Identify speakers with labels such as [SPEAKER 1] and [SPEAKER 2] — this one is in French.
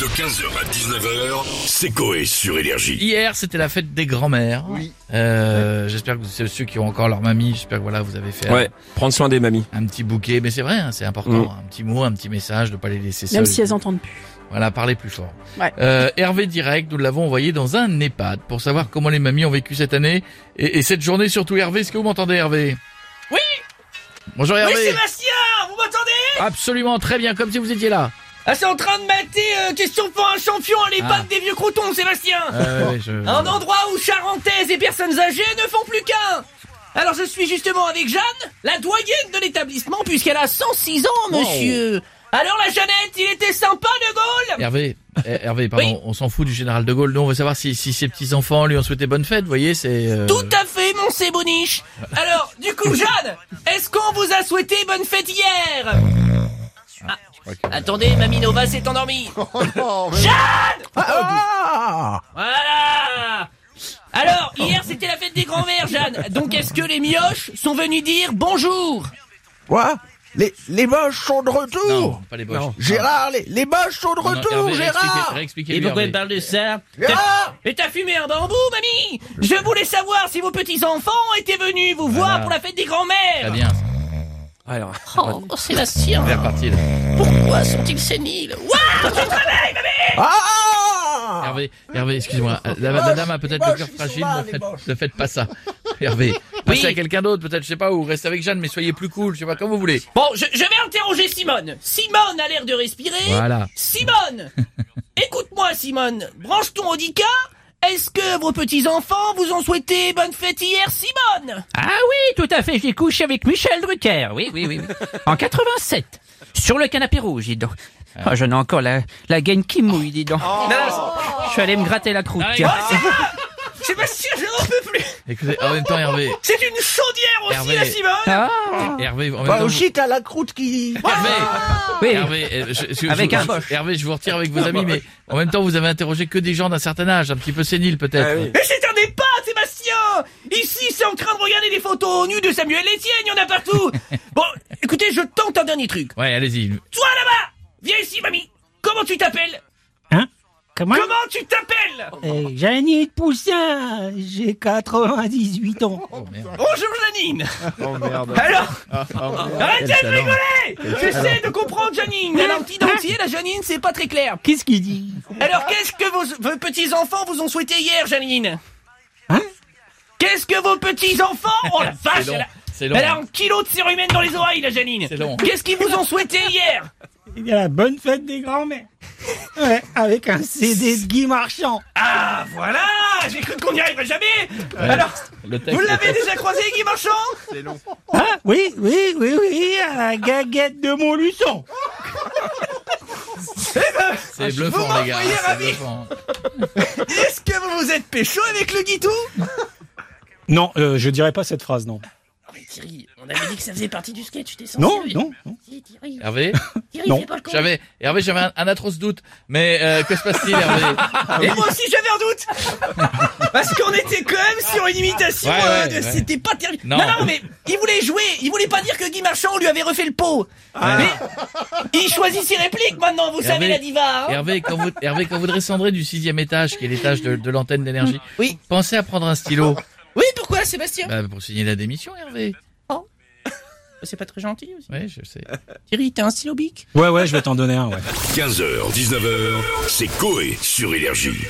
[SPEAKER 1] De 15h à 19h, c'est Coé sur Énergie.
[SPEAKER 2] Hier, c'était la fête des grands-mères.
[SPEAKER 3] Oui.
[SPEAKER 2] Euh, J'espère que vous- ceux ceux qui ont encore leur mamie, j'espère que voilà, vous avez fait
[SPEAKER 4] Ouais, prendre soin des mamies.
[SPEAKER 2] un, un petit bouquet. Mais c'est vrai, hein, c'est important.
[SPEAKER 4] Mm.
[SPEAKER 2] Un petit mot, un petit message, de pas les laisser seuls.
[SPEAKER 5] Même si elles entendent plus.
[SPEAKER 2] Voilà, parlez plus fort.
[SPEAKER 5] Ouais.
[SPEAKER 2] Euh, Hervé Direct, nous l'avons envoyé dans un EHPAD pour savoir comment les mamies ont vécu cette année et, et cette journée surtout. Hervé, est-ce que vous m'entendez, Hervé
[SPEAKER 6] Oui
[SPEAKER 2] Bonjour Hervé.
[SPEAKER 6] Oui, Sébastien, vous m'entendez
[SPEAKER 2] Absolument, très bien, comme si vous étiez là.
[SPEAKER 6] Ah, c'est en train de mater euh, Question pour un champion à l'époque
[SPEAKER 2] Ah.
[SPEAKER 6] des vieux croutons, Sébastien
[SPEAKER 2] Euh, ouais, je-
[SPEAKER 6] Un endroit où charentaises et personnes âgées ne font plus qu'un Alors, je suis justement avec Jeanne, la doyenne de l'établissement, puisqu'elle a 106 ans, monsieur Alors, la Jeannette, il était sympa, De Gaulle
[SPEAKER 2] Hervé, eh, Hervé, pardon, on s'en fout du général de Gaulle. Nous, on veut savoir si, si ses petits enfants lui ont souhaité bonne fête. Vous voyez, c'est euh,
[SPEAKER 6] Tout à fait, mon Séboniche Alors, du coup, Jeanne, est-ce qu'on vous a souhaité bonne fête hier Ah, Attendez, Mamie Nova s'est endormie
[SPEAKER 3] Euh, Oh non, mais- Ah,
[SPEAKER 6] Voilà Alors, hier c'était la fête des grands-mères, Jeanne. Donc est-ce que les mioches sont venus dire bonjour
[SPEAKER 7] Quoi les, les moches sont de retour
[SPEAKER 2] non, pas les boches.
[SPEAKER 7] Gérard, les, les moches sont de
[SPEAKER 2] Non, non,
[SPEAKER 7] retour,
[SPEAKER 2] Hervé,
[SPEAKER 7] Gérard
[SPEAKER 2] réexpliquez- réexpliquez-lui, Hervé.
[SPEAKER 6] parle de ça
[SPEAKER 3] Ah.
[SPEAKER 7] Gérard
[SPEAKER 6] Et t'as fumé un bambou, mamie Je voulais savoir si vos petits-enfants étaient venus vous voir
[SPEAKER 2] Voilà.
[SPEAKER 6] pour la fête des
[SPEAKER 2] Très
[SPEAKER 6] grands-mères
[SPEAKER 2] bien,
[SPEAKER 4] Alors,
[SPEAKER 6] Oh, Sébastien,
[SPEAKER 2] on est reparti. là.
[SPEAKER 6] pourquoi sont-ils séniles Ouah
[SPEAKER 7] Ah
[SPEAKER 2] Hervé, Hervé, excuse-moi. euh, La, la
[SPEAKER 7] moches,
[SPEAKER 2] dame a peut-être
[SPEAKER 7] les
[SPEAKER 2] le cœur
[SPEAKER 7] moches, ils sont
[SPEAKER 2] fragile.
[SPEAKER 7] là,
[SPEAKER 2] ne,
[SPEAKER 7] les
[SPEAKER 2] faites,
[SPEAKER 7] moches.
[SPEAKER 2] ne faites pas ça. Hervé, passez à quelqu'un d'autre, peut-être, je sais pas, ou restez avec Jeanne, mais soyez plus cool, je sais pas, comme vous voulez.
[SPEAKER 6] Bon, je, je vais interroger Simone. Simone a l'air de respirer.
[SPEAKER 2] Voilà.
[SPEAKER 6] Simone Écoute-moi, Simone. Branche ton Audica. Est-ce que vos petits-enfants vous ont souhaité bonne fête hier, Simone
[SPEAKER 8] Ah oui, tout à fait, j'ai couché avec Michel Drucker, oui, oui, oui, oui. En 87, sur le canapé rouge, dis donc. Oh, j'en ai encore la, la gaine qui mouille, dis donc. Je suis allé me gratter la croûte, tiens.
[SPEAKER 6] Sébastien, je n'en peux plus
[SPEAKER 2] Écoutez, en même temps, Hervé,
[SPEAKER 6] C'est une chaudière aussi,
[SPEAKER 2] Hervé.
[SPEAKER 6] la Simone
[SPEAKER 8] Ah,
[SPEAKER 2] Hervé, en même
[SPEAKER 7] Bah
[SPEAKER 2] temps,
[SPEAKER 7] aussi, t'as la croûte qui...
[SPEAKER 2] vous- Hervé,
[SPEAKER 8] oui.
[SPEAKER 2] Hervé, euh, je- je-
[SPEAKER 8] Avec
[SPEAKER 2] je-
[SPEAKER 8] un
[SPEAKER 2] je-
[SPEAKER 8] moche.
[SPEAKER 2] Hervé, je vous retire avec vos amis, mais en même temps, vous avez interrogé que des gens d'un certain âge, un petit peu sénile peut-être.
[SPEAKER 6] Mais c'est un débat, Sébastien Ici, c'est en train de regarder des photos nues de Samuel Etienne, il y en a partout Bon, écoutez, je tente un dernier truc.
[SPEAKER 2] Ouais, allez-y.
[SPEAKER 6] Toi, là-bas Viens ici, mamie Comment tu t'appelles
[SPEAKER 8] Comment
[SPEAKER 6] Comment tu t'appelles
[SPEAKER 8] Euh, Janine Poussin, j'ai 98 ans.
[SPEAKER 2] Oh, merde.
[SPEAKER 6] Bonjour, Janine
[SPEAKER 3] Oh merde.
[SPEAKER 6] Alors Arrêtez de
[SPEAKER 2] Ah, Quel salon.
[SPEAKER 6] rigoler J'essaie de comprendre Janine Alors, petit dentier, la Janine, c'est pas très clair.
[SPEAKER 8] Qu'est-ce qu'il dit
[SPEAKER 6] Alors, qu'est-ce que vos, vos petits-enfants vous ont souhaité hier, Janine
[SPEAKER 8] Hein
[SPEAKER 6] Qu'est-ce que vos petits-enfants Oh la vache
[SPEAKER 2] long,
[SPEAKER 6] elle a,
[SPEAKER 2] c'est long.
[SPEAKER 6] elle a un kilo de surhumaine dans les oreilles, la Janine
[SPEAKER 2] C'est long.
[SPEAKER 6] Qu'est-ce qu'ils vous ont souhaité hier
[SPEAKER 8] Il y a la Eh bonne fête des grands-mères. Ouais, avec un CD de Guy Marchand.
[SPEAKER 6] Ah, voilà J'ai cru qu'on n'y arriverait jamais Alors,
[SPEAKER 2] Le texte.
[SPEAKER 6] vous l'avez déjà croisé, Guy Marchand
[SPEAKER 8] Ah, oui, oui, oui, oui, à la gaguette de Montluçon.
[SPEAKER 2] C'est bluffant,
[SPEAKER 6] vous
[SPEAKER 2] les gars.
[SPEAKER 6] m'envoyez
[SPEAKER 2] c'est
[SPEAKER 6] ravi.
[SPEAKER 2] bluffant.
[SPEAKER 6] Est-ce que vous vous êtes pécho avec le Guitou
[SPEAKER 9] Non, euh, je dirais pas cette phrase, non.
[SPEAKER 8] Ah,
[SPEAKER 6] Oh, Thierry, on avait dit que ça faisait partie du sketch, t'es censé...
[SPEAKER 9] Non, non, non.
[SPEAKER 2] Hervé,
[SPEAKER 9] non.
[SPEAKER 2] j'avais, Hervé, j'avais un, un atroce doute, mais euh, que se passe-t-il, Hervé
[SPEAKER 6] Et moi aussi j'avais un doute Parce qu'on était quand même sur une imitation
[SPEAKER 2] Ouais,
[SPEAKER 6] euh,
[SPEAKER 2] ouais,
[SPEAKER 6] de-
[SPEAKER 2] ouais.
[SPEAKER 6] C'était pas terrible
[SPEAKER 2] Non.
[SPEAKER 6] non. non mais il voulait jouer Il voulait pas dire que Guy Marchand lui avait refait le pot Mais il choisit ses répliques maintenant Vous
[SPEAKER 2] Ah. Hervé,
[SPEAKER 6] savez la diva hein.
[SPEAKER 2] Hervé, quand vous, Hervé, quand vous descendrez du sixième étage, qui est l'étage de, de l'antenne d'énergie,
[SPEAKER 6] Oui.
[SPEAKER 2] pensez à prendre un stylo
[SPEAKER 6] Oui pourquoi Sébastien
[SPEAKER 2] bah, pour signer la démission, Hervé.
[SPEAKER 6] C'est pas très gentil aussi
[SPEAKER 2] Oui, je sais.
[SPEAKER 6] Thierry t'as un stylo bic
[SPEAKER 9] Ouais, ouais, je vais t'en donner un, ouais.
[SPEAKER 1] 15h, 19h, c'est Coé sur Énergie.